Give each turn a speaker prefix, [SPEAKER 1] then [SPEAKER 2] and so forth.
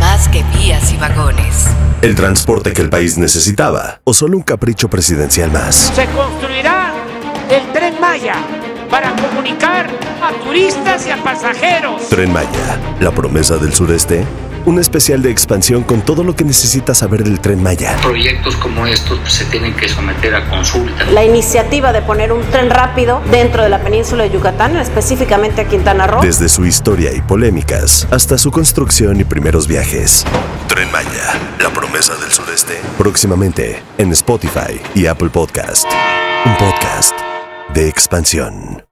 [SPEAKER 1] más que vías y vagones.
[SPEAKER 2] El transporte que el país necesitaba o solo un capricho presidencial más.
[SPEAKER 3] Se construirá el tren Maya para comunicar a turistas y a pasajeros.
[SPEAKER 2] Tren Maya, la promesa del sureste. Un especial de expansión con todo lo que necesitas saber del tren Maya.
[SPEAKER 4] Proyectos como estos pues, se tienen que someter a consulta.
[SPEAKER 5] La iniciativa de poner un tren rápido dentro de la península de Yucatán, específicamente a Quintana Roo.
[SPEAKER 2] Desde su historia y polémicas hasta su construcción y primeros viajes. Tren Maya, la promesa del sureste. Próximamente en Spotify y Apple Podcast. Un podcast de expansión.